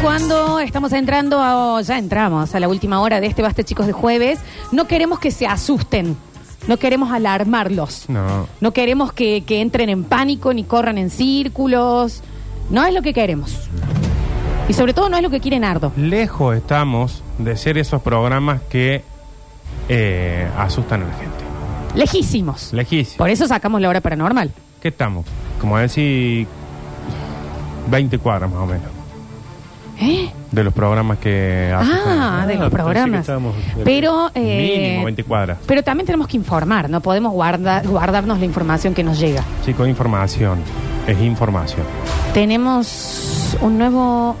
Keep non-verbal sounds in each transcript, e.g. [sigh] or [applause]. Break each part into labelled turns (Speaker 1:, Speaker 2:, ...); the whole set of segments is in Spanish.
Speaker 1: cuando estamos entrando a, ya entramos a la última hora de este Basta Chicos de Jueves, no queremos que se asusten, no queremos alarmarlos,
Speaker 2: No.
Speaker 1: no queremos que, que entren en pánico ni corran en círculos, no es lo que queremos. Y sobre todo no es lo que quiere Nardo.
Speaker 2: Lejos estamos de ser esos programas que eh, asustan a la gente.
Speaker 1: Lejísimos.
Speaker 2: Lejísimos.
Speaker 1: Por eso sacamos la hora paranormal.
Speaker 2: ¿Qué estamos? Como decir, 20 cuadras más o menos.
Speaker 1: ¿Eh?
Speaker 2: De los programas que asustan a la
Speaker 1: Ah,
Speaker 2: gente.
Speaker 1: de los
Speaker 3: pensé que
Speaker 1: programas.
Speaker 3: estábamos-
Speaker 1: Pero. eh,
Speaker 2: Mínimo 20 cuadras.
Speaker 1: Pero también tenemos que informar, no podemos guardar, guardarnos la información que nos llega.
Speaker 2: Chicos, información. Es información.
Speaker 1: Tenemos un nuevo.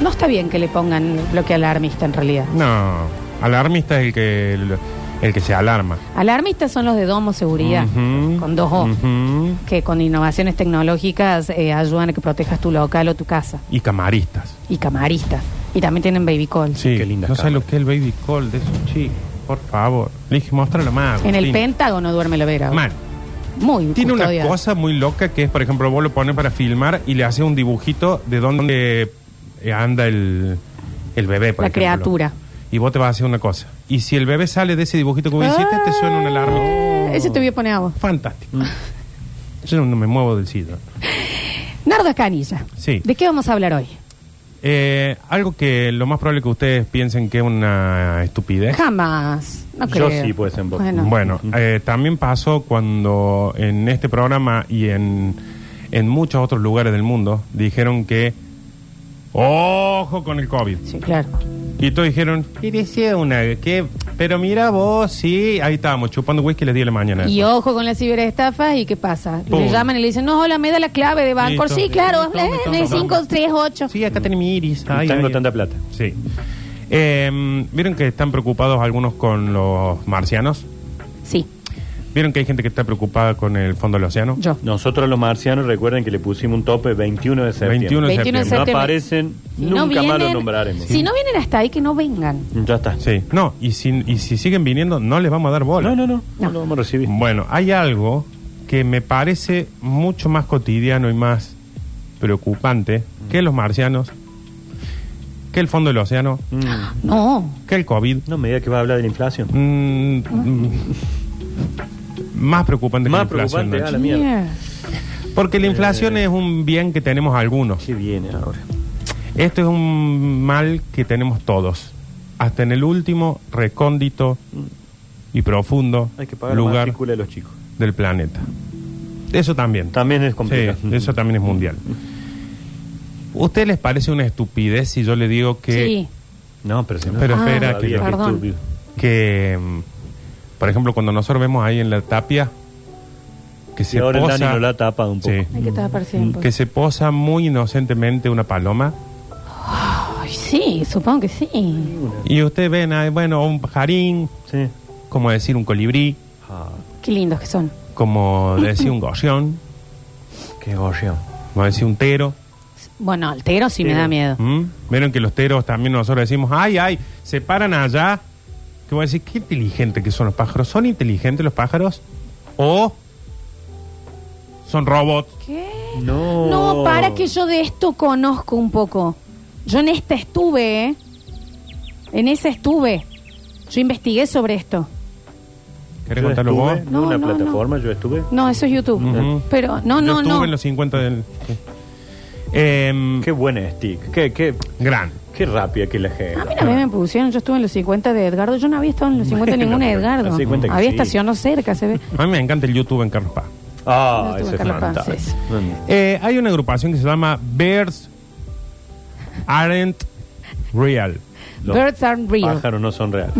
Speaker 1: No está bien que le pongan bloque alarmista en realidad.
Speaker 2: No. Alarmista es el que, el, que se alarma.
Speaker 1: Alarmistas son los de Domo Seguridad,
Speaker 2: Ujú.
Speaker 1: con dos O,
Speaker 2: Ujú.
Speaker 1: que con innovaciones tecnológicas eh, ayudan a que protejas tu local o tu casa.
Speaker 2: Y camaristas.
Speaker 1: Y camaristas. Y también tienen baby call.
Speaker 2: Sí.
Speaker 3: Qué lindas
Speaker 2: no sé
Speaker 3: cámaras.
Speaker 2: lo que es el baby call de esos chicos. Por favor. Le dije, muéstralo más.
Speaker 1: En el
Speaker 2: Agustín.
Speaker 1: Pentágono duerme la vera.
Speaker 2: Mal.
Speaker 1: Muy
Speaker 2: Tiene una
Speaker 1: custodiado.
Speaker 2: cosa muy loca que es, por ejemplo, vos lo pones para filmar y le haces un dibujito de dónde eh, anda el, el bebé. por
Speaker 1: La
Speaker 2: ejemplo.
Speaker 1: criatura.
Speaker 2: Y vos te vas a hacer una cosa. Y si el bebé sale de ese dibujito que vos hiciste, te suena una alarma.
Speaker 1: Ah, Ese te voy a poner Mm. a vos.
Speaker 2: Fantástico. [laughs] Yo no me muevo del sitio.
Speaker 1: Nardo Escanilla.
Speaker 2: Sí.
Speaker 1: ¿De qué vamos a hablar hoy?
Speaker 2: Eh, algo que lo más probable que ustedes piensen que es una estupidez.
Speaker 1: Jamás. No
Speaker 3: Yo
Speaker 1: creo.
Speaker 3: sí, puede ser, vos.
Speaker 1: Bueno.
Speaker 2: ¿Eh? Bueno, eh, también pasó cuando en este programa y en, en muchos otros lugares del mundo dijeron que ojo con el COVID.
Speaker 1: Sí, claro.
Speaker 2: Y todos dijeron, ¿qué decía una? ¿Qué? Pero mira vos, sí, ahí estábamos chupando whisky a las 10 de la mañana.
Speaker 1: Y ojo con las ciberestafas y qué pasa. Le
Speaker 2: Pum.
Speaker 1: llaman y le dicen, no, hola, me da la clave de Bancor.
Speaker 2: Listo.
Speaker 1: Sí, claro,
Speaker 2: Listo, listo,
Speaker 1: eh,
Speaker 2: listo.
Speaker 1: 538.
Speaker 2: Sí, acá tenés mi iris. Ay,
Speaker 3: tengo
Speaker 2: ay,
Speaker 3: tanta plata.
Speaker 2: Sí. Eh, ¿Vieron que están preocupados algunos con los marcianos?
Speaker 1: Sí,
Speaker 2: ¿Vieron que hay gente que está preocupada con el fondo del océano?
Speaker 1: yo.
Speaker 3: Nosotros los marcianos recuerden que le pusimos un tope 21 de septiembre.
Speaker 2: 21
Speaker 1: 21
Speaker 2: de
Speaker 1: de
Speaker 3: Si no
Speaker 1: septiembre.
Speaker 3: aparecen,
Speaker 1: Si
Speaker 3: nunca
Speaker 1: no
Speaker 3: más los
Speaker 1: vienen-
Speaker 3: nombraremos. Mm,
Speaker 1: Si no vienen hasta ahí, que no vengan.
Speaker 3: Ya está.
Speaker 2: Sí. No, y si, y si siguen viniendo, no les vamos a dar bola.
Speaker 3: No, no, no,
Speaker 1: No.
Speaker 3: no lo vamos a recibir.
Speaker 2: Bueno, hay algo que me parece mucho más cotidiano y más preocupante que los marcianos, que el fondo del océano,
Speaker 3: Mm,
Speaker 1: No.
Speaker 2: que el COVID.
Speaker 3: No me diga que va a hablar de la inflación.
Speaker 2: Mm, mm, más preocupante
Speaker 3: Más
Speaker 2: que la inflación.
Speaker 3: preocupante, Eh.
Speaker 2: Nacho.
Speaker 3: A la mierda.
Speaker 1: Yeah.
Speaker 2: Porque la inflación es un bien que tenemos algunos.
Speaker 3: ¿Qué viene ahora?
Speaker 2: Esto es un mal que tenemos todos. Hasta en el último recóndito y profundo
Speaker 3: Hay que pagar la
Speaker 2: lugar
Speaker 3: matrícula de los chicos.
Speaker 2: del planeta. Eso también.
Speaker 3: También es complicado.
Speaker 2: Sí, eso también es mundial. ¿Ustedes les parece una estupidez si yo le digo que,
Speaker 1: Sí.
Speaker 3: No, pero si no.
Speaker 2: Pero
Speaker 1: Ah,
Speaker 2: espera que,
Speaker 3: todavía, qué
Speaker 1: Perdón.
Speaker 3: estúpido.
Speaker 2: que, mm, por ejemplo, cuando nosotros vemos ahí en la tapia que
Speaker 3: Y
Speaker 2: se
Speaker 3: ahora el Dani
Speaker 2: posa,
Speaker 3: nos la ha tapado un poco.
Speaker 2: Sí.
Speaker 1: Hay que estar apareciendo.
Speaker 2: que se posa muy inocentemente una paloma
Speaker 1: Ay, sí, supongo que sí.
Speaker 2: y ustedes ven, ahí, bueno, un pajarín,
Speaker 3: Sí.
Speaker 2: como decir un colibrí,
Speaker 3: Ah,
Speaker 1: Qué lindos que son.
Speaker 2: como decir un gorrión,
Speaker 3: qué gorrión.
Speaker 2: como decir un tero.
Speaker 1: Bueno, altero sí me
Speaker 3: Pero-
Speaker 1: da miedo.
Speaker 2: ¿Mm? Vieron que los teros también nosotros decimos, ay, ay, se paran allá. Que voy a decir, qué inteligente que son los pájaros. ¿Son inteligentes los pájaros? ¿O son robots?
Speaker 1: ¿Qué?
Speaker 3: No.
Speaker 1: No, para que yo de esto conozco un poco. Yo en esta estuve, ¿eh? En esa estuve. Yo investigué sobre esto.
Speaker 2: ¿Querés
Speaker 3: Yo
Speaker 2: contarlo vos?
Speaker 3: estuve en una
Speaker 1: No, no, no.
Speaker 3: plataforma, yo estuve.
Speaker 2: Mm.
Speaker 1: No, eso es YouTube.
Speaker 2: Ujú.
Speaker 1: Pero no,
Speaker 2: Yo
Speaker 1: no,
Speaker 2: estuve
Speaker 1: no.
Speaker 2: en los 50 del... sí. Em,
Speaker 3: Qué buen stick. Qué, qué,
Speaker 2: gran.
Speaker 3: qué rápida que la
Speaker 1: Ah, A mí
Speaker 3: gente.
Speaker 1: una vez me pusieron, yo estuve en los 50 de Edgardo. Yo no había estado en los 50 de
Speaker 3: [laughs] Bueno,
Speaker 1: ningún
Speaker 3: pero
Speaker 1: Edgardo.
Speaker 3: hace cuenta que
Speaker 1: Había
Speaker 3: sí.
Speaker 1: estacionado cerca, se ve.
Speaker 2: A mí me encanta el YouTube en Carlos Paz.
Speaker 3: [laughs]
Speaker 1: Yo
Speaker 3: Ah,
Speaker 1: estuve en
Speaker 3: ese es
Speaker 1: Carlos Paz,
Speaker 3: fantástico.
Speaker 1: sí, sí.
Speaker 3: Mm.
Speaker 2: Eh, hay una agrupación que se llama Bears Aren't Real.
Speaker 3: Los
Speaker 1: Birds aren't real.
Speaker 3: Pájaros no son reales.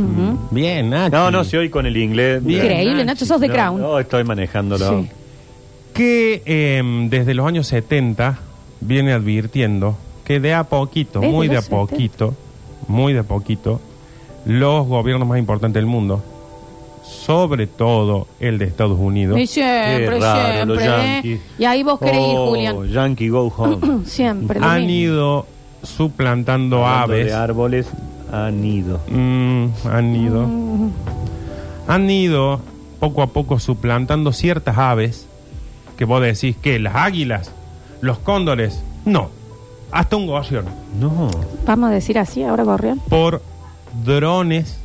Speaker 2: Bien, Nachi.
Speaker 3: No, no, si hoy con el inglés.
Speaker 1: Increíble, Nacho, sos de
Speaker 3: no,
Speaker 1: Crown.
Speaker 3: No, estoy manejándolo.
Speaker 1: Sí.
Speaker 2: que em, desde los años 70 viene advirtiendo que de a poquito,
Speaker 1: Desde
Speaker 2: muy de a
Speaker 1: los 70.
Speaker 2: poquito, muy de a poquito, los gobiernos más importantes del mundo, sobre todo el de Estados Unidos,
Speaker 1: Y siempre,
Speaker 3: Qué raro, los
Speaker 1: siempre. ¿eh?
Speaker 3: yankees.
Speaker 1: Y ahí vos querés ir,
Speaker 3: Oh,
Speaker 1: Julián.
Speaker 3: Yankee go
Speaker 1: [coughs]
Speaker 3: home.
Speaker 1: Siempre. lo
Speaker 2: han
Speaker 1: mismo.
Speaker 2: ido suplantando
Speaker 3: Hablando
Speaker 2: aves.
Speaker 3: De árboles han ido.
Speaker 2: Mm, han ido.
Speaker 1: Mm.
Speaker 2: Han ido poco a poco suplantando ciertas aves que vos decís que las águilas, los cóndores, no. hasta un gorrión
Speaker 3: No,
Speaker 1: Vamos a decir así ahora, Gorrión.
Speaker 2: por drones.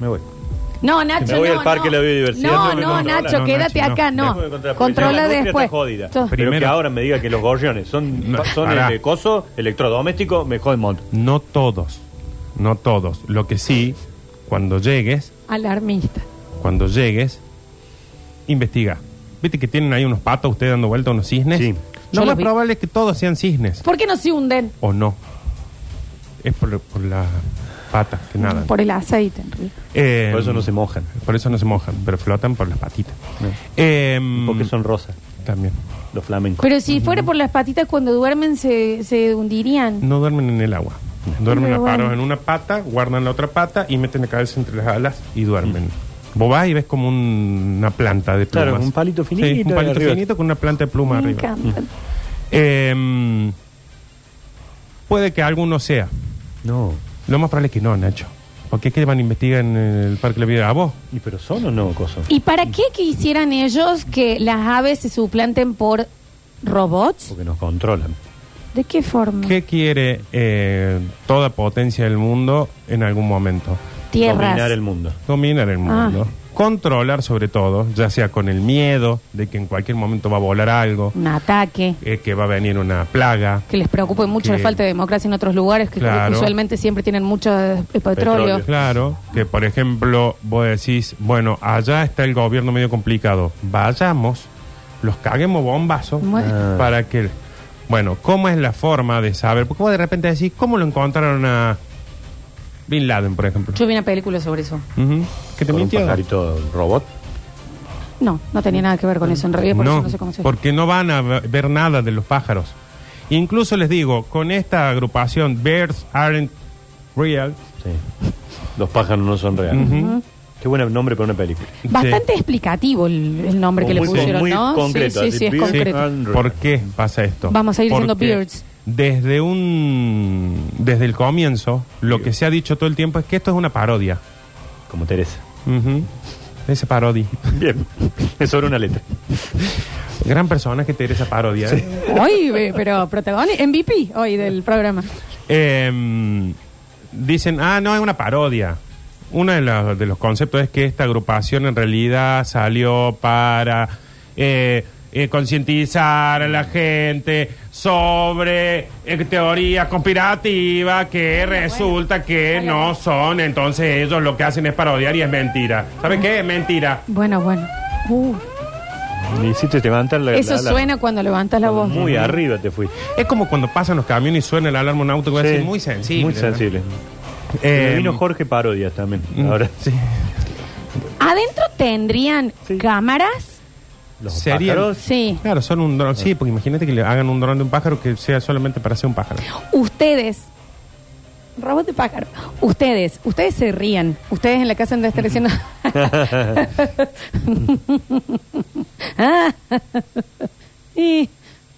Speaker 3: me voy.
Speaker 1: No, Nacho,
Speaker 3: Me voy
Speaker 1: no,
Speaker 3: al parque
Speaker 1: no.
Speaker 3: de la biodiversidad,
Speaker 1: No,
Speaker 3: no me
Speaker 1: no,
Speaker 3: controla.
Speaker 1: Nacho,
Speaker 2: No,
Speaker 1: quédate
Speaker 2: Nachi, no.
Speaker 1: acá, no.
Speaker 3: Después me contrapone.
Speaker 1: Controla
Speaker 3: La industria
Speaker 1: después.
Speaker 3: está jodida.
Speaker 1: Yo-
Speaker 2: Primero.
Speaker 3: Pero que ahora me diga que los gorriones son,
Speaker 2: No,
Speaker 3: son
Speaker 2: pará.
Speaker 3: el coso electrodoméstico, me jode un montón.
Speaker 2: No todos, no todos. Lo que sí, cuando llegues,
Speaker 1: Alarmista.
Speaker 2: cuando llegues, investiga. ¿Viste que tienen ahí unos patos ustedes dando vuelta a unos cisnes?
Speaker 3: Sí.
Speaker 1: Yo
Speaker 2: Lo
Speaker 1: los
Speaker 2: más
Speaker 1: vi.
Speaker 2: probable es que todos sean cisnes,
Speaker 1: ¿Por qué no se hunden?
Speaker 2: o no. Es por, por las patas, que nada.
Speaker 1: Por el aceite, Enrique.
Speaker 2: Eh,
Speaker 3: Por eso no se mojan,
Speaker 2: por eso no se mojan, pero flotan por las patitas.
Speaker 3: Bien.
Speaker 2: Eh,
Speaker 3: porque son rosas,
Speaker 2: También.
Speaker 3: los flamencos.
Speaker 1: Pero si fuera por las patitas, cuando duermen se, se hundirían.
Speaker 2: No duermen en el agua. Duermen
Speaker 1: Pero bueno.
Speaker 2: parados en una pata, guardan la otra pata y meten la cabeza entre las alas y duermen. Vos vas y ves como un- una planta de plumas.
Speaker 3: Claro, un palito finito
Speaker 2: Sí, un palito
Speaker 3: arriba.
Speaker 2: finito con una planta de pluma
Speaker 1: Me
Speaker 2: arriba.
Speaker 1: encanta.
Speaker 2: Eh, puede que alguno sea.
Speaker 3: No.
Speaker 2: Lo más probable es que no, Nacho. ¿Por qué que van a investigar en el parque de la vida? ¿A vos?
Speaker 3: ¿Y pero son o no coso?
Speaker 1: ¿Y para qué quisieran ellos que las aves se suplanten por robots?
Speaker 3: Porque nos controlan.
Speaker 1: ¿De qué forma?
Speaker 2: ¿Qué quiere eh, toda potencia del mundo en algún momento?
Speaker 1: Tierras.
Speaker 3: Dominar el mundo.
Speaker 2: Dominar el
Speaker 1: Ah.
Speaker 2: mundo. Controlar sobre todo, ya sea con el miedo de que en cualquier momento va a volar algo,
Speaker 1: Un ataque.
Speaker 2: eh, que va a venir una plaga.
Speaker 1: Que les preocupe mucho la
Speaker 2: Que-
Speaker 1: falta de democracia en otros lugares que
Speaker 2: Claro.
Speaker 1: usualmente siempre tienen mucho eh, petróleo.
Speaker 3: Petróleo.
Speaker 2: Claro, que por ejemplo vos decís, bueno, allá está el gobierno medio complicado, vayamos, los caguemos bombazos
Speaker 1: Mu-
Speaker 3: Ah.
Speaker 2: para que... Bueno, ¿cómo es la forma de saber? Porque vos de repente decís, ¿cómo lo encontraron a Bin Laden, por ejemplo?
Speaker 1: Yo vi una película sobre eso.
Speaker 2: Ujú, ¿Que te
Speaker 3: Con un
Speaker 2: mintió?
Speaker 3: pajarito robot.
Speaker 1: No, no tenía nada que ver con eso en realidad, por eso
Speaker 2: No,
Speaker 1: no sé cómo se
Speaker 2: porque no van a ve- ver nada de los pájaros. Incluso les digo, con esta agrupación, Birds Aren't Real,
Speaker 3: Sí. Los pájaros no son reales. Qué buen nombre para una película.
Speaker 1: Bastante explicativo el, el nombre que
Speaker 3: Muy
Speaker 1: le
Speaker 3: con-
Speaker 1: pusieron,
Speaker 3: muy
Speaker 1: ¿no?
Speaker 3: concreto,
Speaker 1: sí, sí,
Speaker 3: así,
Speaker 1: sí, es
Speaker 3: bien.
Speaker 2: Sí,
Speaker 1: concreto.
Speaker 3: Android.
Speaker 2: ¿Por qué pasa esto?
Speaker 1: Vamos a ir diciendo
Speaker 2: Porque
Speaker 1: Beards.
Speaker 2: Desde un desde el comienzo, lo que se ha dicho todo el tiempo es que esto es una parodia.
Speaker 3: Como Teresa. [laughs]
Speaker 2: Ujú. Esa parodia.
Speaker 3: Bien. Es sobre una letra.
Speaker 2: Gran persona que te esa parodia. ¿eh?
Speaker 1: Hoy, ve, pero protagonista, MVP hoy del programa.
Speaker 2: Em, dicen, ah, no, es una parodia. Uno de, los- de los conceptos es que esta agrupación en realidad salió para eh, eh, concientizar a la gente sobre eh, teorías conspirativas que resulta que no son, entonces ellos lo que hacen es parodiar y es mentira. ¿Saben qué? Es mentira.
Speaker 1: Bueno, bueno. Uh,
Speaker 3: Me hiciste levantar la
Speaker 1: eso
Speaker 3: la- la-
Speaker 1: suena cuando levantas la voz.
Speaker 3: Muy arriba te fui.
Speaker 2: Es como cuando pasan los camiones y suena el alarma en un auto que va a
Speaker 3: Sí.
Speaker 2: decir, muy sensible.
Speaker 3: Muy
Speaker 2: ¿no?
Speaker 3: sensible.
Speaker 2: Eh, Mm.
Speaker 3: Me vino Jorge Parodias también. Ahora
Speaker 2: Sí.
Speaker 1: ¿Adentro tendrían
Speaker 3: Sí.
Speaker 1: cámaras?
Speaker 3: los
Speaker 2: Sería-
Speaker 3: pájaros.
Speaker 1: Sí.
Speaker 2: Claro, son un dron. Sí, porque imagínate que le hagan un dron de un pájaro que sea solamente para ser un pájaro.
Speaker 1: Ustedes. Robot de pájaro. Ustedes, ustedes se rían. Ustedes en la casa han de estar diciendo. Ah, sí,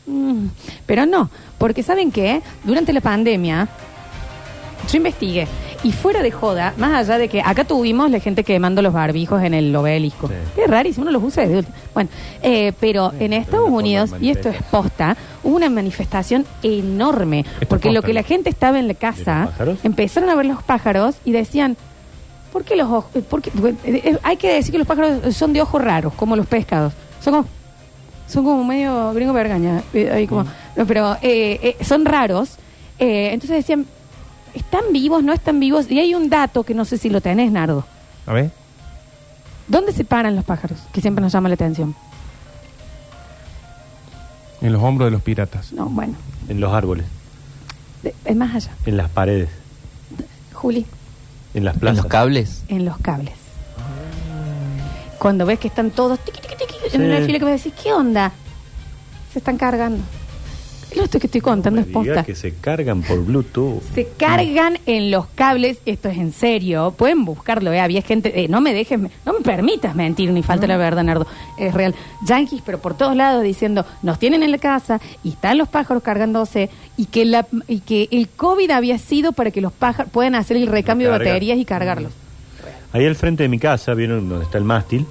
Speaker 1: mm, Pero no, porque ¿saben qué? Durante la pandemia, yo investigué. Y fuera de joda, más allá de que acá tuvimos la gente quemando los barbijos en el obelisco.
Speaker 3: Sí.
Speaker 1: Es rarísimo, uno los usa desde último. Bueno, eh, pero
Speaker 3: Sí,
Speaker 1: en
Speaker 3: pero
Speaker 1: Estados
Speaker 3: una forma de
Speaker 1: Unidos, y esto es
Speaker 3: manifestar.
Speaker 1: posta, hubo una manifestación enorme.
Speaker 2: Esto
Speaker 1: porque
Speaker 2: es
Speaker 1: lo
Speaker 2: posta,
Speaker 1: que
Speaker 2: ¿no?
Speaker 1: la gente estaba en la
Speaker 3: ¿De
Speaker 1: casa,
Speaker 3: los pájaros?
Speaker 1: empezaron a ver los pájaros y decían, ¿por qué los ojos? eh, por qué- eh, eh, hay que decir que los pájaros son de ojos raros, como los pescados. Son como, son como medio gringo vergaña. eh, ahí
Speaker 3: Mm.
Speaker 1: como- no, pero eh, eh, son raros. Eh, entonces decían, ¿están vivos? ¿No están vivos? Y hay un dato que no sé si lo tenés, Nardo.
Speaker 2: A ver.
Speaker 1: ¿Dónde se paran los pájaros? Que siempre nos llama la atención.
Speaker 2: En los hombros de los piratas.
Speaker 1: No, bueno,
Speaker 3: En los árboles.
Speaker 1: de- es más allá.
Speaker 3: En las paredes.
Speaker 1: Juli.
Speaker 3: En las
Speaker 4: En
Speaker 3: plazas.
Speaker 4: los cables.
Speaker 1: en los cables. Cuando ves que están todos tiqui, tiqui, tiqui, en
Speaker 3: Sí.
Speaker 1: una fila que vas a decir, ¿qué onda? Se están cargando. Lo esto que estoy contando
Speaker 3: Me
Speaker 1: es posta.
Speaker 3: diga que se cargan por Bluetooth.
Speaker 1: Se cargan en los cables, esto es en serio, pueden buscarlo, ¿eh? había gente, eh, no me dejes, no me permitas mentir ni falta la verdad, Nardo, es real. Yankees, pero por todos lados diciendo, nos tienen en la casa y están los pájaros cargándose y que, la, y que el COVID había sido para que los pájaros puedan hacer el recambio de
Speaker 3: Recargar.
Speaker 1: baterías y cargarlos.
Speaker 3: Ahí al frente de mi casa, vieron donde está el mástil,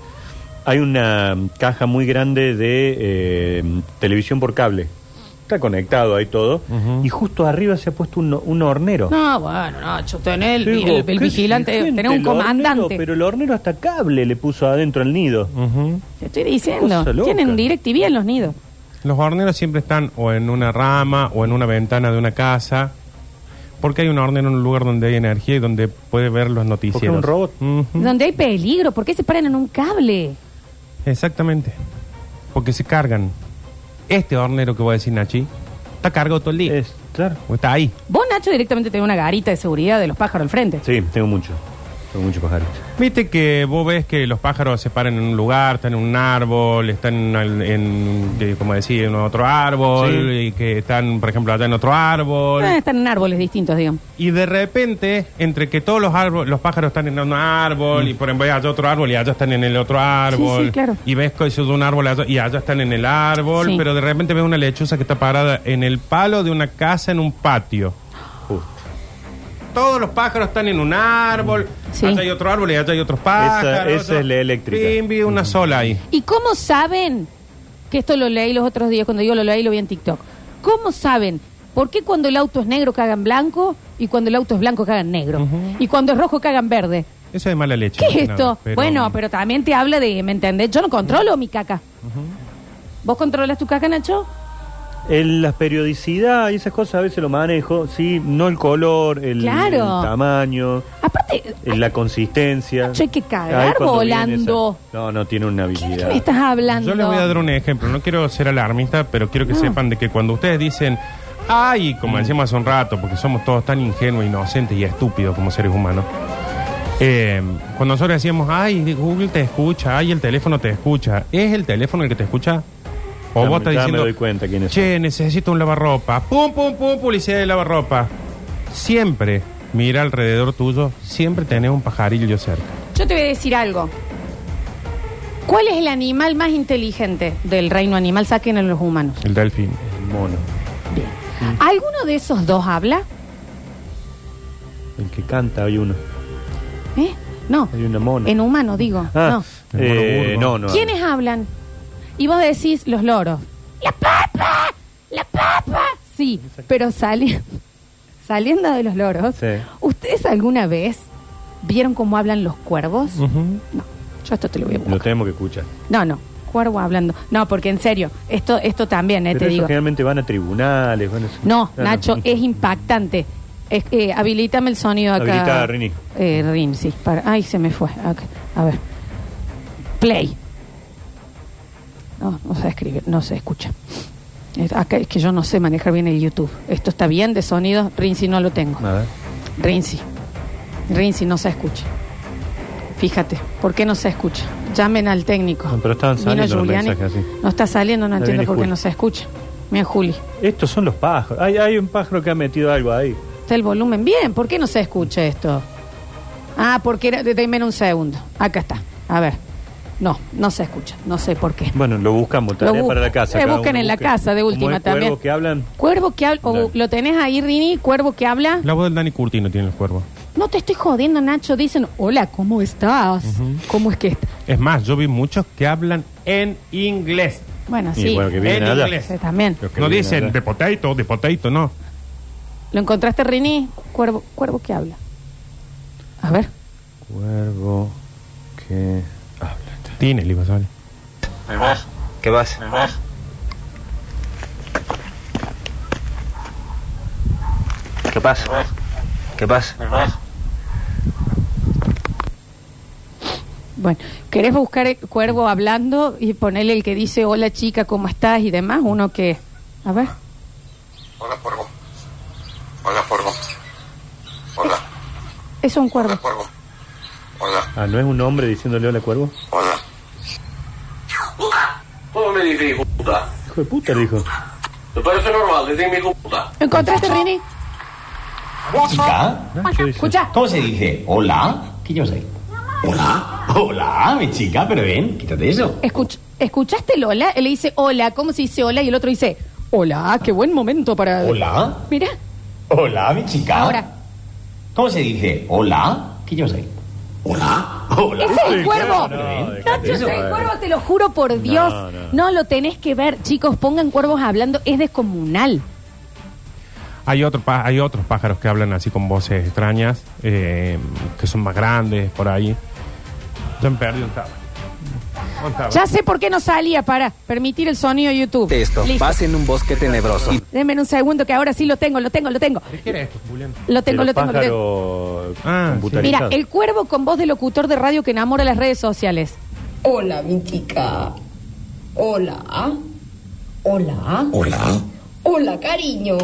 Speaker 3: hay una mm, caja muy grande de eh, televisión por cable. está conectado ahí todo,
Speaker 2: Ujú.
Speaker 3: y justo arriba se ha puesto un, un hornero.
Speaker 1: No, bueno, Nacho, tenés el,
Speaker 3: Yo digo,
Speaker 1: el- el
Speaker 3: qué
Speaker 1: vigilante,
Speaker 3: exigente
Speaker 1: tenés un
Speaker 3: el hornero,
Speaker 1: comandante.
Speaker 3: pero el hornero hasta cable le puso adentro al nido.
Speaker 2: Ujú.
Speaker 1: Te estoy diciendo,
Speaker 3: Cosa loca.
Speaker 1: tienen DirecTV en los nidos.
Speaker 2: Los horneros siempre están o en una rama o en una ventana de una casa. Porque hay un hornero en un lugar donde hay energía y donde puede ver los noticieros. Mm,
Speaker 3: un robot.
Speaker 2: Ujú.
Speaker 1: Donde hay peligro, ¿por qué se paran en un cable?
Speaker 2: Exactamente. Porque se cargan. Este hornero que voy a decir, Nachi, está cargado todo el día.
Speaker 3: Es, claro.
Speaker 2: O está ahí.
Speaker 1: Vos, Nacho, directamente tenés una garita de seguridad de los pájaros al frente.
Speaker 3: Sí, tengo mucho. Tengo mucho pajarito.
Speaker 2: Viste que vos ves que los pájaros se paran en un lugar, están en un árbol, están en, al- en, de- como decir, en otro árbol,
Speaker 3: Sí.
Speaker 2: y que están, por ejemplo, allá en otro árbol.
Speaker 1: Ah, están en árboles distintos, digamos.
Speaker 2: Y de repente, entre que todos los árboles, los pájaros están en un árbol, y por ejemplo allá otro árbol, y allá están en el otro árbol.
Speaker 1: Mm. Sí, sí, claro.
Speaker 2: Y ves que eso de un árbol allá- y allá están en el árbol,
Speaker 1: Sí.
Speaker 2: pero de repente ves una lechuza que está parada en el palo de una casa en un patio.
Speaker 3: Justo.
Speaker 2: Todos los pájaros están en un árbol,
Speaker 1: Sí.
Speaker 2: allá hay otro árbol y allá hay otros pájaros.
Speaker 3: esa
Speaker 2: otro-
Speaker 3: es la eléctrica.
Speaker 2: Pim, vi una sola ahí.
Speaker 1: ¿Y cómo saben? Que esto lo leí los otros días, cuando yo lo leí lo vi en TikTok. ¿Cómo saben? ¿Por qué cuando el auto es negro cagan blanco y cuando el auto es blanco cagan negro?
Speaker 2: Ujú.
Speaker 1: Y cuando es rojo cagan verde.
Speaker 2: Eso es mala leche.
Speaker 1: ¿Qué
Speaker 2: más que
Speaker 1: es esto?
Speaker 2: nada, pero-
Speaker 1: bueno, pero también te habla de, ¿me entendés? Yo no controlo mi caca. ¿Vos controlas tu caca, Nacho?
Speaker 3: El- la periodicidad y esas cosas a veces lo manejo, sí, no el color, el,
Speaker 1: Claro.
Speaker 3: el tamaño,
Speaker 1: Aparte,
Speaker 3: el- la consistencia.
Speaker 1: Nacho, hay que cagar
Speaker 3: Ahí cuando
Speaker 1: volando.
Speaker 3: viene esa- No, no tiene una
Speaker 1: ¿qué, de
Speaker 3: habilidad.
Speaker 1: qué me estás hablando?
Speaker 2: Yo les voy a dar un ejemplo. No quiero ser alarmista, pero quiero que sepan de que cuando ustedes dicen, ay, como decíamos hace un rato, porque somos todos tan ingenuos, inocentes y estúpidos como seres humanos. eh, cuando nosotros decíamos, ay, Google te escucha, ay, el teléfono te escucha, ¿es el teléfono el que te escucha? O vos
Speaker 3: Ya me-
Speaker 2: estás
Speaker 3: ya me
Speaker 2: diciendo,
Speaker 3: doy cuenta quién es.
Speaker 2: che, necesito un lavarropa. Pum, pum, pum, publicidad de lavarropa. Siempre mira alrededor tuyo, siempre tenés un pajarillo cerca.
Speaker 1: Yo te voy a decir algo. ¿Cuál es el animal más inteligente del reino animal? Saquen a los humanos.
Speaker 2: El delfín.
Speaker 3: El mono,
Speaker 1: ¿Alguno de esos dos habla?
Speaker 3: el que canta, hay uno.
Speaker 1: ¿Eh? No.
Speaker 3: Hay una mona.
Speaker 1: En humano, digo.
Speaker 3: Ah,
Speaker 2: No.
Speaker 3: eh,
Speaker 2: El mono
Speaker 3: no,
Speaker 2: burgo.
Speaker 3: no.
Speaker 1: ¿Quiénes hablan? Y vos decís los loros. ¡La papa! ¡La papa! Sí, pero sali- [laughs] saliendo de los loros,
Speaker 3: Sí.
Speaker 1: ¿ustedes alguna vez vieron cómo hablan los cuervos?
Speaker 2: Ujú.
Speaker 1: No, yo esto te lo voy a
Speaker 3: Mm. Lo
Speaker 1: buscar.
Speaker 3: tenemos que escuchar.
Speaker 1: No, no, cuervo hablando. No, porque en serio, esto, esto también, eh,
Speaker 3: Pero
Speaker 1: te
Speaker 3: esos
Speaker 1: digo.
Speaker 3: generalmente van a tribunales. Van a...
Speaker 1: No,
Speaker 3: Ah,
Speaker 1: Nacho, es impactante. Es, eh, habilítame el sonido acá.
Speaker 3: Habilita, Rini.
Speaker 1: Eh, Rini, sí. Para. Ay, se me fue. Acá. A ver. Play. No, no se escribe, no se escucha. Es, acá es que yo no sé manejar bien el YouTube. Esto está bien de sonido. Rinsi no lo tengo.
Speaker 3: A ver.
Speaker 1: Rinsi. Rinsi no se escucha. Fíjate, ¿por qué no se escucha? Llamen al técnico.
Speaker 3: No, pero estaban
Speaker 1: Vino
Speaker 3: saliendo los
Speaker 1: Giuliani.
Speaker 3: mensajes así.
Speaker 1: No está saliendo, no
Speaker 3: Ahí
Speaker 1: entiendo
Speaker 3: viene
Speaker 1: por qué
Speaker 3: Juli.
Speaker 1: no se escucha. Mira, Juli.
Speaker 3: Estos son los pájaros. Hay, hay un pájaro que ha metido algo ahí.
Speaker 1: Está el volumen bien. ¿Por qué no se escucha esto? Ah, porque era. de- Deme un segundo. Acá está. A ver. No, no se escucha. No sé por qué.
Speaker 3: Bueno, lo buscamos, tarea
Speaker 1: busco.
Speaker 3: para la casa.
Speaker 1: Eh,
Speaker 3: cada
Speaker 1: busquen
Speaker 3: uno
Speaker 1: en la
Speaker 3: busque.
Speaker 1: casa, de
Speaker 3: Como
Speaker 1: última
Speaker 3: hay cuervos
Speaker 1: también.
Speaker 3: que hablan.
Speaker 1: Cuervo que habla. o,
Speaker 3: Dale.
Speaker 1: ¿Lo tenés ahí, Rini? Cuervo que habla.
Speaker 2: La voz del Dani Curtino tiene el cuervo.
Speaker 1: No te estoy jodiendo, Nacho. Dicen, hola, ¿cómo estás? ¿Cómo es que está?
Speaker 2: Es más, yo vi muchos que hablan en inglés.
Speaker 1: Bueno,
Speaker 3: Y
Speaker 1: sí.
Speaker 3: bueno, que vienen
Speaker 2: En
Speaker 3: allá.
Speaker 2: inglés.
Speaker 1: Sí, También.
Speaker 3: Los que
Speaker 2: No
Speaker 3: vienen
Speaker 2: dicen
Speaker 3: allá.
Speaker 2: de potato, de potato, no.
Speaker 1: ¿Lo encontraste, Rini? Cuervo, cuervo que habla. A ver.
Speaker 3: Cuervo que habla.
Speaker 2: Tiene el Ibasol.
Speaker 4: Me vas,
Speaker 5: ¿Qué vas?
Speaker 4: me vas.
Speaker 5: ¿Qué pasa? ¿Qué pasa?
Speaker 4: Me vas.
Speaker 1: Bueno, ¿querés buscar el cuervo hablando y ponerle el que dice hola chica, ¿cómo estás? y demás? Uno que. A ver.
Speaker 4: Hola, Porgo. Hola, Porgo. Hola,
Speaker 1: Es un cuervo.
Speaker 4: Porgo. Hola,
Speaker 3: Ah, ¿no es un hombre diciéndole hola cuervo?
Speaker 4: hola.
Speaker 6: ¿Cómo me dice hijo puta?
Speaker 3: Hijo de puta, le dijo.
Speaker 6: Me parece normal decirme hijo puta.
Speaker 1: ¿Lo encontraste, Rini?
Speaker 7: chica?
Speaker 3: Nacho ¿Eh? dice.
Speaker 1: Escucha.
Speaker 7: ¿Cómo se dice? ¿Hola? ¿Qué yo soy? ¿Hola? ¿Hola, mi chica? Pero ven, quítate eso.
Speaker 1: Escuch- ¿Escuchaste el hola? Él le dice hola, ¿cómo se dice hola? Y el otro dice hola, qué buen momento para.
Speaker 7: ¿Hola?
Speaker 1: Mira,
Speaker 7: ¿Hola, mi chica?
Speaker 3: Ah,
Speaker 1: ahora.
Speaker 7: ¿Cómo se dice? ¿Hola? ¿Qué yo soy? ¿Hola? Hola.
Speaker 1: ¡Ese es el
Speaker 3: Sí,
Speaker 1: cuervo!
Speaker 3: claro, no,
Speaker 1: Nacho,
Speaker 3: déjate
Speaker 1: es
Speaker 7: eso,
Speaker 1: el
Speaker 7: eh.
Speaker 1: cuervo, te lo juro por Dios. No,
Speaker 3: no.
Speaker 1: lo tenés que ver, chicos. Pongan cuervos hablando, es descomunal.
Speaker 2: Hay, otro, pa- hay otros pájaros que hablan así con voces extrañas, eh, que son más grandes, por ahí. Ya me perdí un estaba? ¿Dónde estaba?
Speaker 1: Ya sé por qué no salía para permitir el sonido YouTube.
Speaker 8: Esto,
Speaker 1: Listo.
Speaker 8: vas en un bosque tenebroso.
Speaker 1: Denme un segundo que ahora sí lo tengo, lo tengo, lo tengo.
Speaker 2: ¿Qué era esto, Julián?
Speaker 1: Lo tengo, lo
Speaker 3: De los
Speaker 1: tengo, lo tengo.
Speaker 3: pájaros
Speaker 2: Ah, sí.
Speaker 1: Mira,
Speaker 3: computarizados.
Speaker 1: el cuervo con voz de locutor de radio que enamora las redes sociales.
Speaker 9: Hola, mi chica. Hola. Hola.
Speaker 8: Hola.
Speaker 9: Hola, cariño.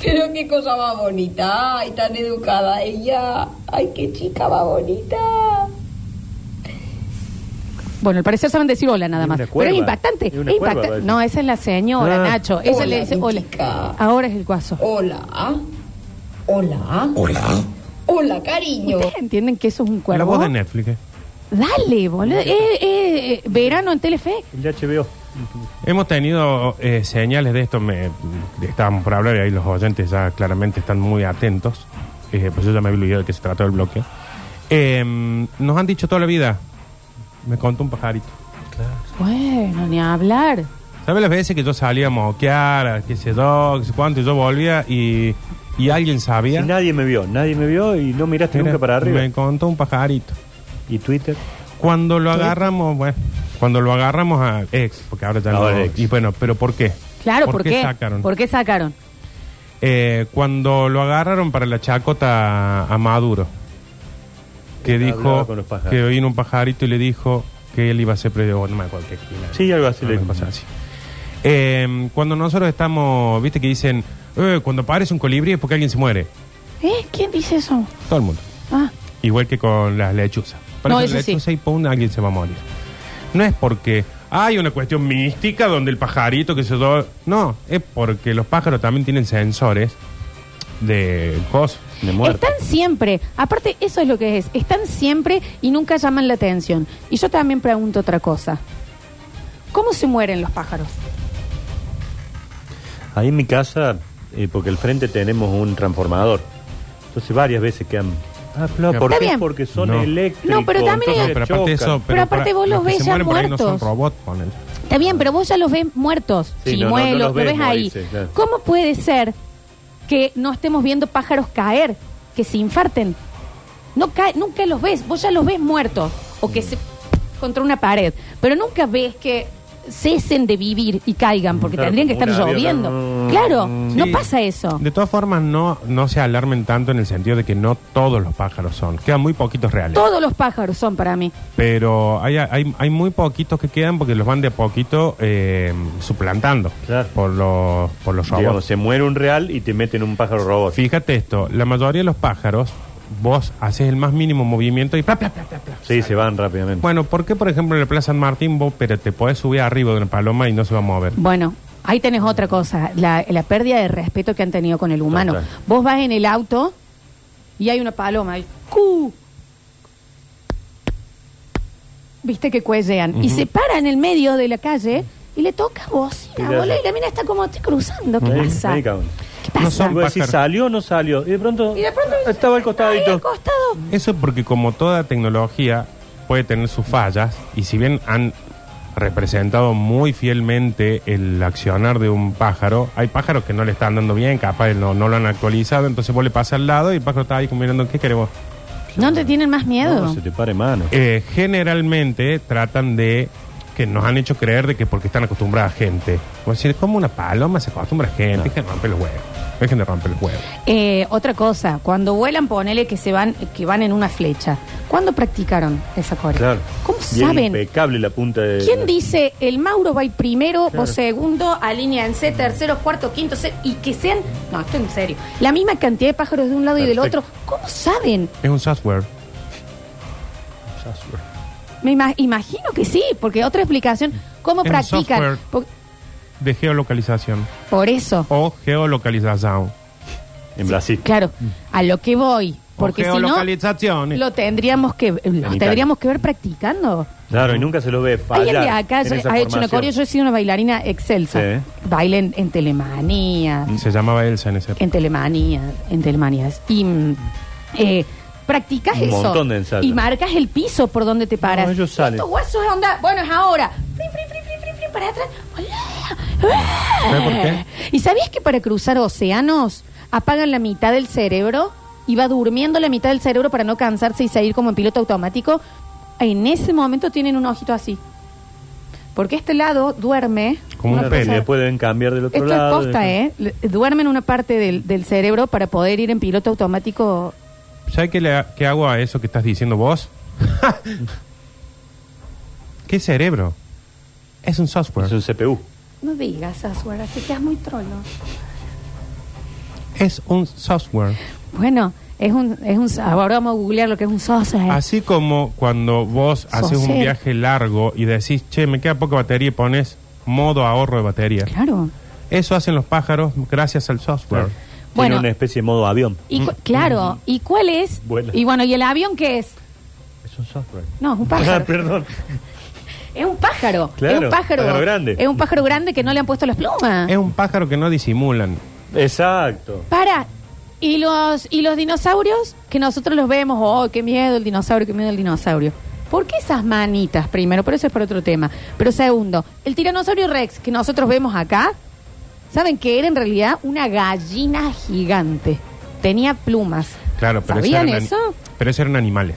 Speaker 9: Pero qué cosa más bonita. Ay, tan educada ella. Ay, qué chica más bonita.
Speaker 1: Bueno, al parecer saben decir hola nada
Speaker 3: Es
Speaker 1: más.
Speaker 3: una
Speaker 1: Pero
Speaker 3: cuerva.
Speaker 1: es impactante.
Speaker 3: Es una
Speaker 1: es
Speaker 3: cuerva,
Speaker 1: impacta-
Speaker 3: parece.
Speaker 1: No, esa es la señora,
Speaker 3: Ah.
Speaker 1: Nacho. Ella
Speaker 9: Hola,
Speaker 1: le dice
Speaker 9: mi
Speaker 1: hola.
Speaker 9: chica.
Speaker 1: Ahora es el guaso.
Speaker 9: Hola. Hola.
Speaker 8: Hola.
Speaker 9: Hola, cariño.
Speaker 1: ¿Ustedes entienden que eso es un
Speaker 2: La
Speaker 1: cuervo?
Speaker 2: voz de Netflix. eh.
Speaker 1: Dale, boludo. Eh, eh, eh, verano en Telefe.
Speaker 3: El de HBO.
Speaker 2: Hemos tenido eh, señales de esto, me, estábamos por hablar y ahí los oyentes ya claramente están muy atentos, eh, pues yo ya me había olvidado de que se trató el bloque. Eh, nos han dicho toda la vida, me contó un pajarito.
Speaker 1: Bueno, ni hablar.
Speaker 2: ¿Sabes las veces que yo salía a moquear, a qué sé yo, qué sé cuánto, y yo volvía y, y alguien
Speaker 3: Y
Speaker 2: sabía?
Speaker 3: nadie me vio, nadie me vio y no miraste
Speaker 2: Mira,
Speaker 3: nunca para arriba.
Speaker 2: Me contó un pajarito.
Speaker 3: Y Twitter.
Speaker 2: Cuando lo agarramos, bueno, cuando lo agarramos a ex, porque ahora ya
Speaker 3: Ahora
Speaker 2: no-
Speaker 3: ex.
Speaker 2: Y bueno, pero ¿por qué?
Speaker 1: Claro, ¿por, qué?
Speaker 2: sacaron?
Speaker 1: ¿Por qué sacaron?
Speaker 2: Eh, cuando lo agarraron para la chacota a Maduro, que
Speaker 3: Él
Speaker 2: dijo
Speaker 3: hablaba con los pájaros.
Speaker 2: que vino un pajarito y le dijo que él iba a ser predio, no me acuerdo qué esquina.
Speaker 3: Sí, algo así
Speaker 2: Una
Speaker 3: le-
Speaker 2: cosa así. Eh, cuando nosotros estamos, viste que dicen, "Eh, cuando aparece un colibrí es porque alguien se muere.
Speaker 1: ¿Eh? ¿Quién dice eso?
Speaker 2: Todo el mundo.
Speaker 1: Ah,
Speaker 2: Igual que con las lechuzas.
Speaker 1: No,
Speaker 2: Parece
Speaker 1: eso sí.
Speaker 2: lechuza y pum, alguien se va a morir. No es porque hay una cuestión mística donde el pajarito que se do... No, es porque los pájaros también tienen sensores de cosas, de muerte.
Speaker 1: están siempre. Aparte, eso es lo que es. Están siempre y nunca llaman la atención. Y yo también pregunto otra cosa. ¿Cómo se mueren los pájaros?
Speaker 3: Ahí en mi casa, eh, porque al frente tenemos un transformador. Entonces varias veces quedan. Ah, Flo, ¿por
Speaker 1: Está
Speaker 3: qué?
Speaker 1: bien.
Speaker 3: Porque son
Speaker 2: No.
Speaker 3: eléctricos.
Speaker 1: No, pero también
Speaker 3: entonces
Speaker 2: No, pero aparte de eso,
Speaker 3: chocan.
Speaker 2: pero,
Speaker 1: aparte
Speaker 2: para-
Speaker 1: vos los
Speaker 2: los que
Speaker 1: ves
Speaker 2: se
Speaker 1: ya
Speaker 2: mueren por ahí no son
Speaker 1: muertos.
Speaker 2: robots, ponele.
Speaker 1: Está bien, pero vos ya los ves muertos,
Speaker 3: Sí, no,
Speaker 1: chimuelos,
Speaker 3: no, no los
Speaker 1: lo
Speaker 3: ves
Speaker 1: ves ahí.
Speaker 3: morirse, claro.
Speaker 1: ¿Cómo puede ser que no estemos viendo pájaros caer, que se infarten? No cae, nunca los ves, vos ya los ves muertos o
Speaker 3: Mm.
Speaker 1: que se contra una pared, pero nunca ves que cesen de vivir y caigan porque
Speaker 3: Claro,
Speaker 1: tendrían que
Speaker 3: como Mm.
Speaker 1: estar
Speaker 3: un avión,
Speaker 1: lloviendo.
Speaker 3: ¿no?
Speaker 1: Claro, no
Speaker 2: Sí.
Speaker 1: pasa eso.
Speaker 2: De todas formas, no, no se alarmen tanto en el sentido de que no todos los pájaros son. Quedan muy poquitos reales.
Speaker 1: Todos los pájaros son para mí.
Speaker 2: Pero hay, hay, hay muy poquitos que quedan porque los van de a poquito eh, suplantando
Speaker 3: Claro.
Speaker 2: por, los, por los robots.
Speaker 3: Digamos, se muere un real y te meten un pájaro robot.
Speaker 2: Fíjate esto, la mayoría de los pájaros, vos haces el más mínimo movimiento y pla, pla, pla, pla, pla.
Speaker 3: Sí, se van rápidamente.
Speaker 2: Bueno, ¿por qué, por ejemplo, en la Plaza San Martín vos pero te podés subir arriba de una paloma y no se va a mover?
Speaker 1: Bueno, ahí tenés otra cosa, la, la pérdida de respeto que han tenido con el humano.
Speaker 3: Total.
Speaker 1: Vos vas en el auto y hay una paloma, y ¡cu! Viste que cuellean. Y se para en el medio de la calle y le toca
Speaker 3: Y
Speaker 1: bocina,
Speaker 3: le hace-
Speaker 1: boludo, y la mina está como, estoy cruzando, ¿qué
Speaker 3: Ahí-
Speaker 1: pasa?
Speaker 3: ahí cago.
Speaker 1: ¿Qué
Speaker 2: No
Speaker 1: pasa?
Speaker 2: son
Speaker 3: Y vos decís,
Speaker 2: pájaro.
Speaker 3: ¿salió o no salió? Y de pronto,
Speaker 1: y de pronto
Speaker 3: estaba al
Speaker 1: Ahí al
Speaker 3: costadito.
Speaker 1: costado.
Speaker 2: Eso porque como toda tecnología puede tener sus fallas y si bien han representado muy fielmente el accionar de un pájaro, hay pájaros que no le están dando bien, capaz no, no lo han actualizado, entonces vos le pasas al lado y el pájaro está ahí como mirando, ¿qué queremos?
Speaker 1: ¿No te tienen más miedo?
Speaker 3: No, se te pare mano.
Speaker 2: Eh, generalmente tratan de que nos han hecho creer de que porque están acostumbradas a gente. Como decir, como una paloma se acostumbra a gente, dejen de romper los huevos. Dejen de romper los huevos.
Speaker 1: Eh, otra cosa, cuando vuelan, ponele que se van, que van en una flecha. ¿Cuándo practicaron esa coreo?
Speaker 3: Claro.
Speaker 1: ¿Cómo
Speaker 3: Y era
Speaker 1: saben?
Speaker 3: impecable la punta de.
Speaker 1: ¿Quién dice el Mauro va primero o segundo, alíñense, tercero, cuarto, quinto, se- y que sean, no, esto en serio, la misma cantidad de pájaros de un lado y del
Speaker 3: Perfecto.
Speaker 1: otro? ¿Cómo saben?
Speaker 2: Es un software.
Speaker 1: Me ima- imagino que sí, porque otra explicación, ¿cómo
Speaker 2: Es un
Speaker 1: practican?
Speaker 2: software.
Speaker 1: Por,
Speaker 2: De geolocalización
Speaker 1: por eso,
Speaker 2: o geolocalización.
Speaker 3: En Brasil.
Speaker 1: claro, a lo que voy, porque
Speaker 2: o
Speaker 1: si no,
Speaker 2: geolocalizaciones.
Speaker 1: lo tendríamos que, lo
Speaker 3: Italia.
Speaker 1: tendríamos que ver practicando.
Speaker 3: Claro, y nunca se lo ve fallar.
Speaker 1: Alguien de acá ha
Speaker 3: en
Speaker 1: hecho
Speaker 3: esa
Speaker 1: una
Speaker 3: formación.
Speaker 1: coreo, yo he sido una bailarina excelsa,
Speaker 3: Sí. Mm.
Speaker 1: baile en, en Telemanía,
Speaker 2: Se llamaba Elsa en ese.
Speaker 1: en Telemanía, en Telemanía. Y mm, eh, practicas
Speaker 3: Un
Speaker 1: eso.
Speaker 3: montón de ensayos.
Speaker 1: Y marcas el piso por donde te paras.
Speaker 3: No, ellos salen.
Speaker 1: Estos guasos es onda. Bueno, es ahora. Fri, fri, fri, fri, fri, fri, para atrás. Hola.
Speaker 2: ¿Sabes por qué?
Speaker 1: ¿Y sabías que para cruzar océanos apagan la mitad del cerebro y va durmiendo la mitad del cerebro para no cansarse y salir como en piloto automático? En ese momento tienen un ojito así. Porque este lado duerme.
Speaker 2: Como un
Speaker 1: una
Speaker 3: Claro,
Speaker 1: cosa-
Speaker 3: y después deben cambiar del otro
Speaker 1: Esto es
Speaker 3: lado.
Speaker 1: posta, ¿eh? Le- Duerme en una parte del, del cerebro para poder ir en piloto automático.
Speaker 2: ¿Sabes qué, le- qué hago a eso que estás diciendo vos? [laughs] ¿Qué cerebro? Es un
Speaker 1: ¿eh?
Speaker 2: software.
Speaker 3: Es un CPU.
Speaker 1: No digas, Aswar, así que es muy trolo.
Speaker 2: Es un software.
Speaker 1: Bueno, es un, es un. Ahora vamos a googlear lo que es un sosa.
Speaker 3: Ah,
Speaker 1: ¿eh?
Speaker 2: Así como cuando vos haces un
Speaker 1: Soser.
Speaker 2: viaje largo y decís, che, me queda poca batería y pones modo ahorro de batería.
Speaker 1: Claro.
Speaker 2: Eso hacen los pájaros gracias al software.
Speaker 1: Bueno.
Speaker 3: Tiene una especie de modo avión.
Speaker 1: Y cu- claro, ¿y cuál es?
Speaker 3: Mm. Vuela.
Speaker 1: Y bueno, ¿y el avión qué es?
Speaker 3: Es un software.
Speaker 1: No, es un
Speaker 3: [laughs] Ah,
Speaker 1: pájaro.
Speaker 3: perdón.
Speaker 1: es un pájaro. es un
Speaker 3: Claro,
Speaker 1: pájaro.
Speaker 3: pájaro grande.
Speaker 1: Es un pájaro grande que no le han puesto las plumas.
Speaker 2: Es un pájaro que no disimulan.
Speaker 3: Exacto.
Speaker 1: Para. ¿Y los, ¿Y los dinosaurios? Que nosotros los vemos, oh, qué miedo el dinosaurio, qué miedo el dinosaurio. ¿Por qué esas manitas, primero? Pero eso es para otro tema. Pero segundo, el tiranosaurio rex que nosotros vemos acá, ¿saben que era en realidad una gallina gigante? Tenía plumas.
Speaker 2: Claro, pero eso
Speaker 1: ¿Sabían
Speaker 2: eran ani-
Speaker 1: eso?
Speaker 2: Pero eso eran animales,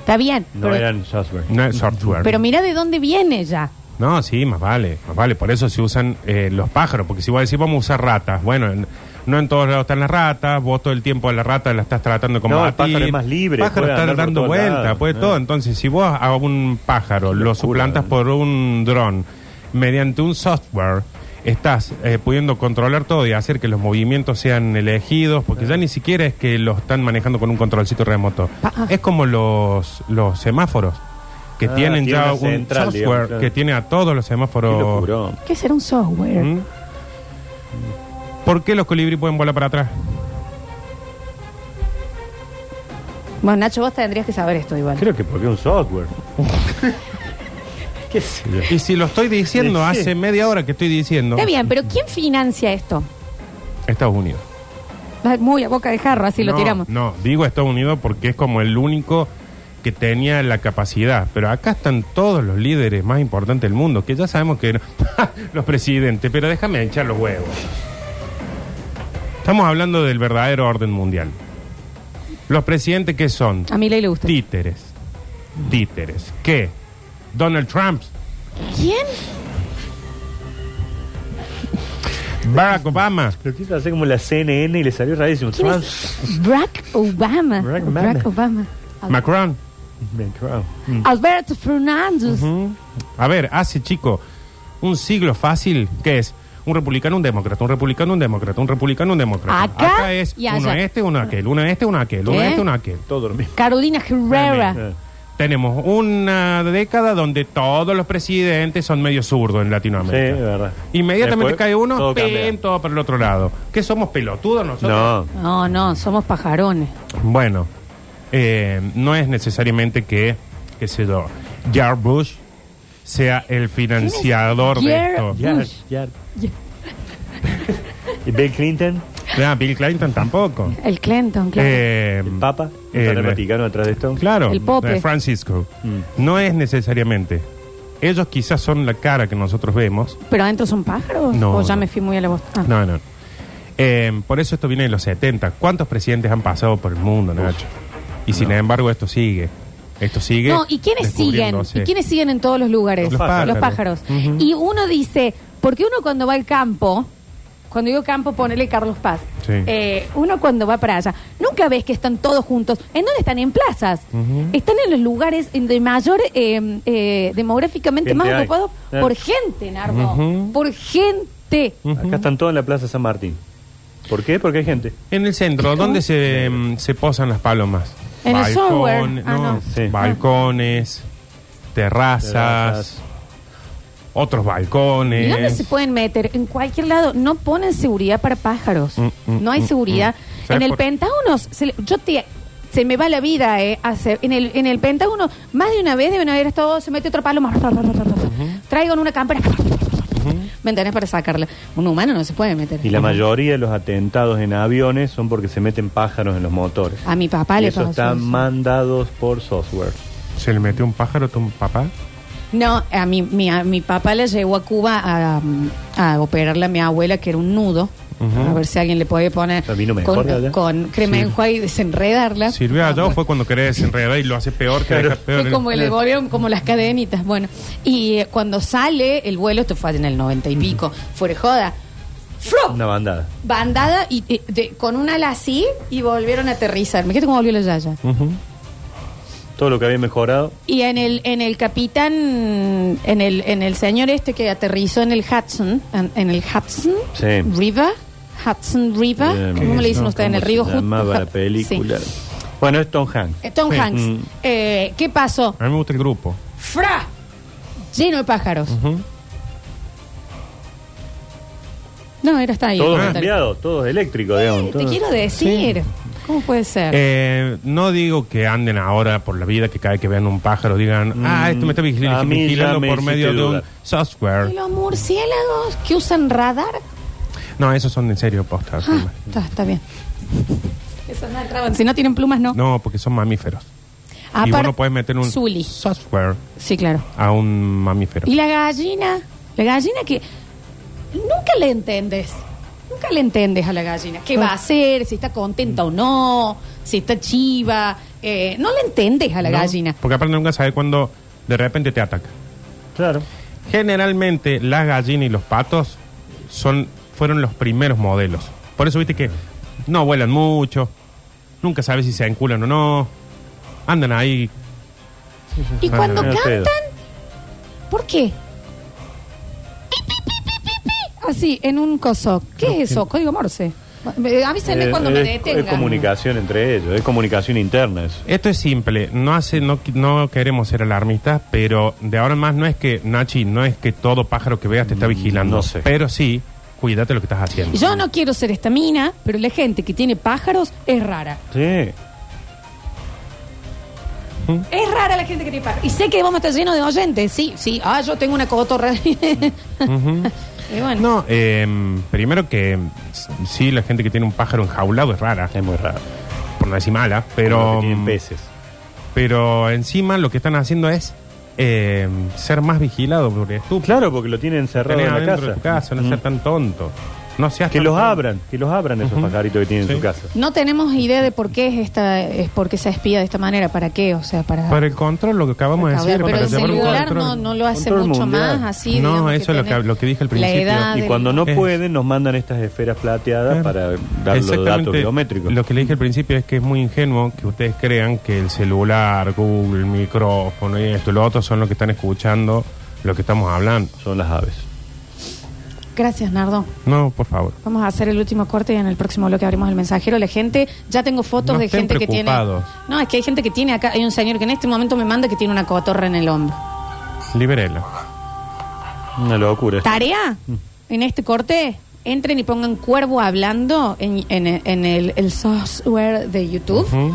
Speaker 1: Está bien.
Speaker 3: No
Speaker 1: pero,
Speaker 3: eran software.
Speaker 2: no es software.
Speaker 1: Mm. pero mira de dónde viene ya.
Speaker 2: No, sí, más vale, más vale. Por eso se usan eh, los pájaros, porque si vos decís, vamos a usar ratas. Bueno, n- no en todos lados están las ratas, vos todo el tiempo a la rata la estás tratando de
Speaker 3: No, el
Speaker 2: combatir.
Speaker 3: pájaro es más libre,
Speaker 2: El pájaro
Speaker 3: puede
Speaker 2: está
Speaker 3: andar por
Speaker 2: dando
Speaker 3: todos
Speaker 2: vueltas,
Speaker 3: lados,
Speaker 2: puede
Speaker 3: ¿no? ¿eh?
Speaker 2: todo. Entonces, si vos a un pájaro lo suplantas por un dron mediante un software, estás eh, pudiendo controlar todo y hacer que los movimientos sean elegidos, porque ya ni siquiera es que lo están manejando con un controlcito remoto.
Speaker 1: Pa- ah.
Speaker 2: Es como los, los semáforos que
Speaker 3: Ah,
Speaker 2: tienen
Speaker 3: tiene
Speaker 2: ya
Speaker 3: una
Speaker 2: un
Speaker 3: central,
Speaker 2: software
Speaker 3: digamos, claro.
Speaker 2: que tiene a todos los
Speaker 3: Qué
Speaker 2: semáforos.
Speaker 3: locurón.
Speaker 1: ¿Qué será un software?
Speaker 2: ¿Mm? ¿Por qué los colibrí pueden volar para atrás?
Speaker 1: Bueno, Nacho, vos tendrías que saber esto igual.
Speaker 3: Creo que porque es un software. [laughs] ¿Qué sé yo?
Speaker 2: Y si lo estoy diciendo
Speaker 3: Sí.
Speaker 2: hace media hora que estoy diciendo
Speaker 1: Está bien, pero ¿quién financia esto?
Speaker 2: Estados Unidos.
Speaker 1: Ah, Muy a boca de jarro, así lo
Speaker 2: No,
Speaker 1: tiramos.
Speaker 2: No, digo Estados Unidos porque es como el único que tenía la capacidad. Pero acá están todos los líderes más importantes del mundo, que ya sabemos que no- [laughs] los presidentes, pero déjame echar los huevos. Estamos hablando del verdadero orden mundial. Los presidentes que son
Speaker 1: A mí le gusta.
Speaker 2: títeres. Títeres. ¿Qué? Donald Trump,
Speaker 1: ¿Quién?
Speaker 2: Barack Obama,
Speaker 3: Lo quiso hacer como la CNN y le salió rarísimo.
Speaker 1: ¿Quién es? Barack Obama.
Speaker 3: Barack Obama.
Speaker 1: Barack Obama.
Speaker 2: Macron.
Speaker 3: Me creo.
Speaker 1: Alberto Fernández.
Speaker 2: Mm. A ver, hace chico un siglo fácil que es un republicano, un demócrata, un republicano, un demócrata, un republicano, un demócrata.
Speaker 1: Acá
Speaker 2: es
Speaker 1: y
Speaker 2: uno
Speaker 1: allá.
Speaker 2: este, uno aquel, uno este, uno aquel, uno
Speaker 1: ¿Qué?
Speaker 2: este, uno aquel.
Speaker 3: Todo lo mismo.
Speaker 1: Carolina Herrera.
Speaker 3: Eh,
Speaker 2: Tenemos una década donde todos los presidentes son medio zurdos en
Speaker 3: Sí,
Speaker 2: Latinoamérica.
Speaker 3: es verdad.
Speaker 2: Inmediatamente
Speaker 3: Después,
Speaker 2: cae uno,
Speaker 3: todo
Speaker 2: pim,
Speaker 3: cambia.
Speaker 2: todo para el otro lado. ¿Qué somos pelotudos nosotros?
Speaker 3: No,
Speaker 1: No, no, somos pajarones.
Speaker 2: Bueno, eh, no es necesariamente que, qué sé yo, George Bush sea el financiador de
Speaker 1: George
Speaker 2: esto.
Speaker 3: ya,
Speaker 1: Bush. [laughs]
Speaker 3: ya. ¿Y Bill Clinton?
Speaker 2: Ah, Bill Clinton tampoco.
Speaker 1: El Clinton, claro.
Speaker 2: Eh,
Speaker 1: Mm.
Speaker 3: ¿El Papa?
Speaker 2: eh,
Speaker 3: ¿Está en el
Speaker 2: le-
Speaker 3: Vaticano atrás de esto?
Speaker 2: Claro,
Speaker 1: El Pope.
Speaker 2: eh, Francisco.
Speaker 3: Mm.
Speaker 2: No es necesariamente. Ellos quizás son la cara que nosotros vemos.
Speaker 1: ¿Pero adentro son pájaros?
Speaker 2: No,
Speaker 1: ¿O ya
Speaker 2: no.
Speaker 1: me fui muy a la bosta? Ah.
Speaker 2: No, no. Eh, por eso esto viene de los 70. ¿Cuántos presidentes han pasado por el mundo, Nacho? Y sin embargo esto sigue. Esto sigue.
Speaker 1: No, ¿y quiénes siguen?
Speaker 2: descubriéndose.
Speaker 1: ¿Y quiénes siguen en todos los lugares?
Speaker 2: Los pájaros.
Speaker 1: pájaros. Y uno dice, porque uno cuando va al campo, cuando digo campo, ponele Carlos Paz.
Speaker 2: Sí.
Speaker 1: Eh, uno cuando va para allá, nunca ves que están todos juntos. ¿En dónde están? En plazas. Están en los lugares en de mayor, eh, eh, demográficamente
Speaker 3: Gente
Speaker 1: más
Speaker 3: hay.
Speaker 1: ocupados
Speaker 3: Claro.
Speaker 1: por gente, Nardo.
Speaker 2: Ujú.
Speaker 1: Por gente.
Speaker 3: Acá están todos en la Plaza San Martín. ¿Por qué? Porque hay gente.
Speaker 2: En el centro, ¿dónde se, mm, se posan las palomas?
Speaker 1: En el software. Ah,
Speaker 2: no,
Speaker 1: no.
Speaker 3: Sí.
Speaker 2: Balcones, terrazas,
Speaker 3: Terrazas.
Speaker 2: otros
Speaker 1: ¿Y
Speaker 2: balcones.
Speaker 1: dónde se pueden meter? En cualquier lado. No ponen seguridad para pájaros.
Speaker 2: Mm, mm,
Speaker 1: no hay
Speaker 2: mm,
Speaker 1: seguridad.
Speaker 2: mm. ¿Sabes
Speaker 1: En el
Speaker 2: por-
Speaker 1: Pentágono, se le- yo te, se me va la vida, ¿eh? hacer- en, el, en el Pentágono, más de una vez deben haber estado, se mete otro palo, más, traigo en una cámara. ¿Me entendés? Para sacarla. Un humano no se puede meter.
Speaker 3: Y la mayoría de los atentados en aviones son porque se meten pájaros en los motores.
Speaker 1: A mi papá
Speaker 3: Y
Speaker 1: le
Speaker 3: eso
Speaker 1: pasó
Speaker 3: están
Speaker 1: Ah, eso.
Speaker 3: mandados por software.
Speaker 2: ¿Se le metió un pájaro a tu papá?
Speaker 1: No, a mi, mi, a mi papá le llevó a Cuba a, um, a operarle a mi abuela, que era un nudo.
Speaker 2: Ujú.
Speaker 1: A ver si alguien le podía poner
Speaker 3: A mí no me acuerdo
Speaker 1: con,
Speaker 3: ya.
Speaker 1: con crema
Speaker 2: Sí.
Speaker 1: en enjuague y desenredarla.
Speaker 2: ¿Sirvió allá o fue cuando querés desenredar y lo hace peor que
Speaker 3: Claro.
Speaker 2: deja peor?
Speaker 1: Fue
Speaker 2: el-
Speaker 1: Ah, como
Speaker 3: Eh.
Speaker 1: le volvieron como las cadenitas. Bueno, y eh, cuando sale el vuelo, esto fue en el noventa y pico, fuera de joda. ¡Flop!
Speaker 3: Una bandada.
Speaker 1: Bandada y, y- de- con un ala así y volvieron a aterrizar. Me quedé como volvió la Yaya.
Speaker 2: Ujú.
Speaker 3: Todo lo que había mejorado.
Speaker 1: Y en el, en el capitán, en el, en el señor este que aterrizó en el Hudson, en, en el Hudson
Speaker 3: Sí.
Speaker 1: River, Hudson River,
Speaker 3: Bien.
Speaker 1: ¿Ah? ¿cómo le dicen ustedes? En el
Speaker 3: ¿Cómo
Speaker 1: río
Speaker 3: se
Speaker 1: Hud-
Speaker 3: llamaba la
Speaker 1: Hud-
Speaker 3: película.
Speaker 1: sí.
Speaker 3: Bueno, es Tom Hanks.
Speaker 1: Eh, Tom
Speaker 2: Sí.
Speaker 1: Hanks.
Speaker 3: Mm.
Speaker 1: Eh, ¿Qué pasó?
Speaker 2: A mí me gusta el grupo.
Speaker 1: ¡Fra! Lleno de pájaros.
Speaker 2: Ujú.
Speaker 1: No, era hasta ahí.
Speaker 3: Todos
Speaker 1: Hasta-
Speaker 3: enviados, todos eléctricos, digamos.
Speaker 1: Eh, Te
Speaker 3: todos.
Speaker 1: quiero decir. ¿Cómo puede ser?
Speaker 2: Eh, no digo que anden ahora por la vida que cada vez que vean un pájaro digan, ah, esto me está vigil-
Speaker 3: Mm, a mí ya
Speaker 2: vigilando
Speaker 3: me
Speaker 2: por medio
Speaker 3: hiciste
Speaker 2: de un
Speaker 3: dudar.
Speaker 1: ¿Y
Speaker 2: software.
Speaker 1: los murciélagos que usan radar?
Speaker 2: No, esos son en serio postas.
Speaker 1: Ah, está, está bien. Esos no entraban. Si no tienen plumas, no.
Speaker 2: No, porque son mamíferos. y vos
Speaker 1: Aparte-
Speaker 2: no puedes meter un
Speaker 1: Zuli.
Speaker 2: software
Speaker 1: Sí, claro.
Speaker 2: a un mamífero.
Speaker 1: Y la gallina, la gallina que nunca le entendés, nunca le entendés a la gallina, qué
Speaker 3: Ah.
Speaker 1: va a hacer, si está contenta o no, si está chiva, eh, no le entendés a la
Speaker 2: ¿No?
Speaker 1: gallina.
Speaker 2: Porque aparte nunca sabes cuándo de repente te ataca.
Speaker 3: Claro.
Speaker 2: Generalmente las gallinas y los patos son fueron los primeros modelos. Por eso viste que no vuelan mucho, nunca sabes si se enculan o no, andan ahí.
Speaker 1: Y
Speaker 2: Ah,
Speaker 1: cuando
Speaker 3: no
Speaker 1: cantan,
Speaker 3: pedo.
Speaker 1: ¿por qué? Pi, pi, pi, pi, pi, pi, Así, en un coso. ¿Qué es eso? Código Morse. Eh, Avísenme
Speaker 3: Eh,
Speaker 1: cuando me
Speaker 3: es- Es
Speaker 1: detengan.
Speaker 3: comunicación entre ellos, es comunicación interna eso.
Speaker 2: Esto es simple, no hace, no, qui- no queremos ser alarmistas, pero de ahora en más no es que, Nachi, no es que todo pájaro que veas te está vigilando.
Speaker 3: Mm, no sé.
Speaker 2: Pero sí, cuídate lo que estás haciendo.
Speaker 1: Yo no quiero ser esta mina, pero la gente que tiene pájaros es rara.
Speaker 3: Sí.
Speaker 1: Es rara la gente que te paga. Y sé que vamos a estar llenos de oyentes. Sí, sí. Ah, yo tengo una cotorra. [laughs]
Speaker 2: Ujú.
Speaker 1: y bueno.
Speaker 2: No, em, primero que em, s- sí, la gente que tiene un pájaro enjaulado es rara,
Speaker 3: Es muy raro.
Speaker 2: por no decir mala,
Speaker 3: Como
Speaker 2: pero, mm,
Speaker 3: que tienen peces.
Speaker 2: pero encima lo que están haciendo es em, ser más vigilado porque es tú.
Speaker 3: Claro, porque lo tienen encerrado
Speaker 2: tenés
Speaker 3: en la
Speaker 2: adentro
Speaker 3: casa.
Speaker 2: de tu casa, no
Speaker 3: Mm.
Speaker 2: seas tan tonto. No seas
Speaker 3: Que
Speaker 2: tan
Speaker 3: los
Speaker 2: tonto.
Speaker 3: abran, que los abran esos pajaritos que tienen en
Speaker 2: Sí.
Speaker 3: su casa.
Speaker 1: No tenemos idea de por qué es esta, es por qué se espía de esta manera, para qué, o sea, para.
Speaker 2: Para el control, lo que acabamos de
Speaker 1: para-
Speaker 2: decir,
Speaker 1: pero
Speaker 2: para
Speaker 1: el
Speaker 2: llevar un
Speaker 1: celular
Speaker 2: control.
Speaker 1: no, no lo hace
Speaker 3: Control
Speaker 1: mucho
Speaker 3: mundial.
Speaker 1: más así.
Speaker 2: No,
Speaker 1: digamos,
Speaker 2: eso es lo
Speaker 1: tenés
Speaker 2: que- lo que dije al principio.
Speaker 1: La edad
Speaker 2: Ah,
Speaker 3: Y
Speaker 1: del-
Speaker 3: cuando no
Speaker 2: Es-
Speaker 3: pueden, nos mandan estas esferas plateadas
Speaker 2: Claro.
Speaker 3: para dar los datos biométricos.
Speaker 2: Lo que le dije al principio es que es muy ingenuo que ustedes crean que el celular, Google, el micrófono y esto y lo otro son los que están escuchando lo que estamos hablando.
Speaker 3: Son las aves.
Speaker 1: Gracias, Nardo.
Speaker 2: No, por favor.
Speaker 1: Vamos a hacer el último corte y en el próximo bloque abrimos el mensajero. La gente, ya tengo fotos
Speaker 2: No
Speaker 1: de
Speaker 2: estén
Speaker 1: gente que tiene.
Speaker 2: preocupados.
Speaker 1: No, es que hay gente que tiene acá. Hay un señor que en este momento me manda que tiene una cotorra en el hombro.
Speaker 2: Libérela.
Speaker 3: Una locura.
Speaker 1: Tarea en este corte. Entren y pongan cuervo hablando en, en- en el, el software de YouTube
Speaker 2: Ujú.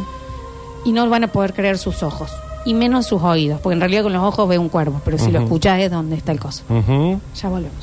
Speaker 1: y no van a poder creer sus ojos y menos sus oídos, porque en realidad con los ojos ve un cuervo, pero si lo escuchas es donde está el coso.
Speaker 2: Ujú.
Speaker 1: Ya volvemos.